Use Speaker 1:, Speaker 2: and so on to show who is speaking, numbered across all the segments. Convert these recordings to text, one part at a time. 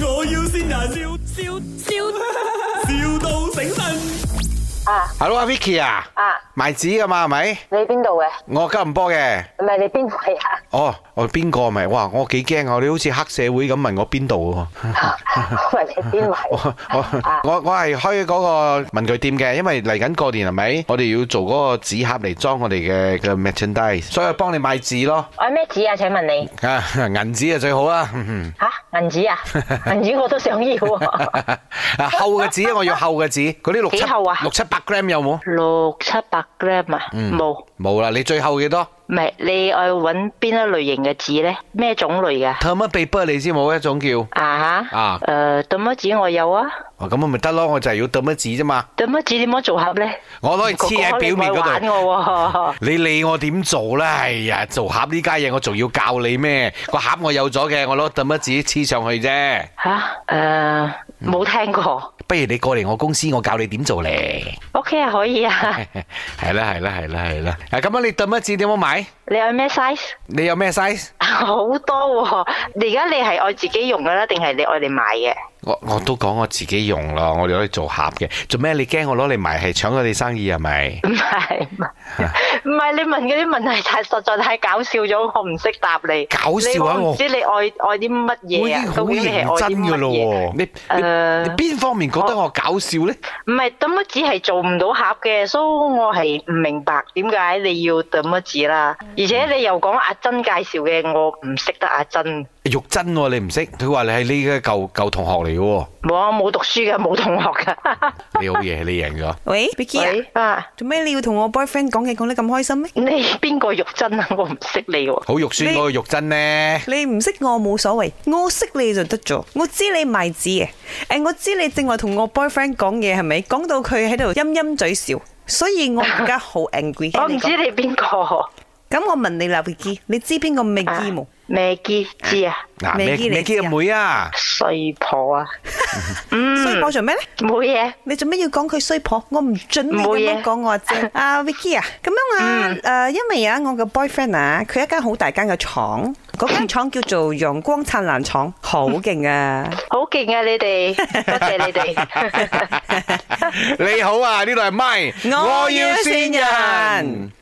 Speaker 1: 要先人，笑笑笑，,笑到醒神。
Speaker 2: 啊
Speaker 3: Hello 阿 à, Vicky 啊，
Speaker 2: 啊！
Speaker 3: 賣紙噶嘛係咪？
Speaker 2: 你邊度嘅？
Speaker 3: 我急唔波嘅。
Speaker 2: 唔係你邊位 啊？
Speaker 3: 哦，我邊個咪？哇！我幾驚啊！你好似黑社會咁問我邊度喎。
Speaker 2: 我問你邊
Speaker 3: 我
Speaker 2: 位？
Speaker 3: 我
Speaker 2: 啊
Speaker 3: 我我係開嗰個文具店嘅，因為嚟緊過年係咪？我哋要做嗰個紙盒嚟裝我哋嘅嘅 merchandise，所以我幫你買紙咯。
Speaker 2: 我係咩紙啊？請問你
Speaker 3: 啊， 銀紙啊最好 啦。嗯
Speaker 2: 吓銀 紙啊？銀紙我都想要喎，
Speaker 3: 啊厚嘅紙我要厚嘅紙，嗰啲六七
Speaker 2: 幾厚啊
Speaker 3: 六七百 gram 有冇？
Speaker 2: 六七百 gram 啊？
Speaker 3: 嗯
Speaker 2: 冇，
Speaker 3: 冇啦，你最厚幾多
Speaker 2: 唔係你我要揾邊一類型嘅紙咧？咩種類噶？
Speaker 3: ？Thermal paper 你知冇一種叫
Speaker 2: 啊哈？
Speaker 3: 啊？
Speaker 2: 誒，對乜紙我有啊？
Speaker 3: 哦咁我咪得咯，我就係要 thermal 紙啫嘛，
Speaker 2: 對乜紙點樣做盒咧？
Speaker 3: 我攞嚟黐喺表面
Speaker 2: 哥哥
Speaker 3: 嗰
Speaker 2: 你
Speaker 3: 度。
Speaker 2: 咪玩我喎。
Speaker 3: 你理我點做啦？哎呀，做盒呢家嘢我仲要教你咩？個盒我有咗嘅，我攞抌一紙黐上去啫。
Speaker 2: 吓誒，冇聽過。
Speaker 3: 不如你過嚟我公司，我教你點做咧。
Speaker 2: OK 啊，可以啊。
Speaker 3: 係啦係啦係啦係啦。啊咁啊，你抌一紙點樣買？
Speaker 2: 你有咩 size？
Speaker 3: 你有咩 size？
Speaker 2: 好多喎、你而家你係愛自己用嘅啦，定係你愛嚟買 嘅？
Speaker 3: 我我都講我自己用咯，我哋攞嚟做盒嘅。做咩？你驚我攞嚟賣係搶咗你生意係咪？
Speaker 2: 唔係唔係，唔係你問嗰啲問題太實在太搞笑咗，我唔識答你。
Speaker 3: 搞笑啊
Speaker 2: 你
Speaker 3: 我
Speaker 2: 唔知你愛愛啲乜
Speaker 3: 我
Speaker 2: 嘢
Speaker 3: 已
Speaker 2: 啊
Speaker 3: 經？好
Speaker 2: 究竟你係
Speaker 3: 認
Speaker 2: 愛
Speaker 3: 真
Speaker 2: 啲
Speaker 3: 噶
Speaker 2: 乜
Speaker 3: 咯
Speaker 2: 嘢？啊
Speaker 3: 喎。你你
Speaker 2: 誒
Speaker 3: 你邊方面覺得我搞笑呢？
Speaker 2: 唔係抌乜紙係做唔到盒嘅，所以我係唔明白點解你要抌乜紙啦。而且你又講阿珍介紹嘅，我唔識得阿珍。
Speaker 3: 玉珍喎，你唔識？佢話你係呢個舊舊同學嚟嘅喎。
Speaker 2: 冇啊，冇讀書嘅，冇同學噶。
Speaker 3: 你好嘢，你贏咗。
Speaker 4: 喂，Vicky 啊，
Speaker 2: 喂啊，
Speaker 4: 做咩你要同我 boyfriend 講嘢講得咁開心咩？
Speaker 2: 你邊個玉珍啊？我唔識你喎。
Speaker 3: 好肉酸
Speaker 4: 你
Speaker 3: 嗰個肉真呢？
Speaker 4: 你唔識我冇所謂，我識你就得咗。我知你賣紙嘅，誒，我知你正話同我 boyfriend 講嘢係咪？講到佢喺度陰陰嘴笑，所以我而家好 angry
Speaker 2: 我唔
Speaker 4: 跟你
Speaker 2: 知
Speaker 4: 講。
Speaker 2: 哦你邊個
Speaker 4: 咁我問你啦，Vicky，你知邊個 Maggie 冇？
Speaker 2: 咩基知啊？
Speaker 3: 嗱，咩
Speaker 4: 咩
Speaker 3: 咩
Speaker 4: 機
Speaker 3: 機
Speaker 4: 嚟
Speaker 3: 嘅妹啊？
Speaker 2: 衰婆啊！
Speaker 4: 衰婆做咩咧？
Speaker 2: 冇嘢，
Speaker 4: 你做咩要講佢衰婆？我唔准你咁樣講我阿姐。阿 Vicky 啊，咁樣啊，誒、因為啊，我嘅 boyfriend 啊，佢一間好大間嘅廠，嗰間廠叫做陽光燦爛廠，好勁啊！
Speaker 2: 好勁啊！你哋， 多謝你哋。
Speaker 3: 你好啊，呢度係咪？
Speaker 4: 我要線人，。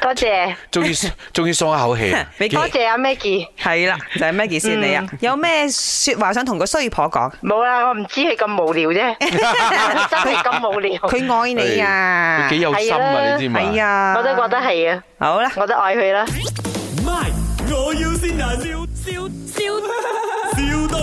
Speaker 2: 多謝，
Speaker 3: 終於終於鬆一口氣啊
Speaker 4: 你
Speaker 2: 多謝阿 Maggie。
Speaker 4: 係啦，就係 Maggie 先你啊，
Speaker 3: 嗯
Speaker 4: 有咩说話想同個衰婆講？
Speaker 2: 冇啦，我唔知佢咁無聊 啫，真係咁無聊。
Speaker 4: 佢愛你啊
Speaker 3: 佢，幾有
Speaker 2: 係
Speaker 3: 心啊，
Speaker 2: 啊
Speaker 3: 你知嘛？
Speaker 4: 係啊，
Speaker 2: 我都覺得係啊，
Speaker 4: 好啦。
Speaker 2: 我都愛佢啦。
Speaker 1: 咪，我要先人，笑笑笑，,笑到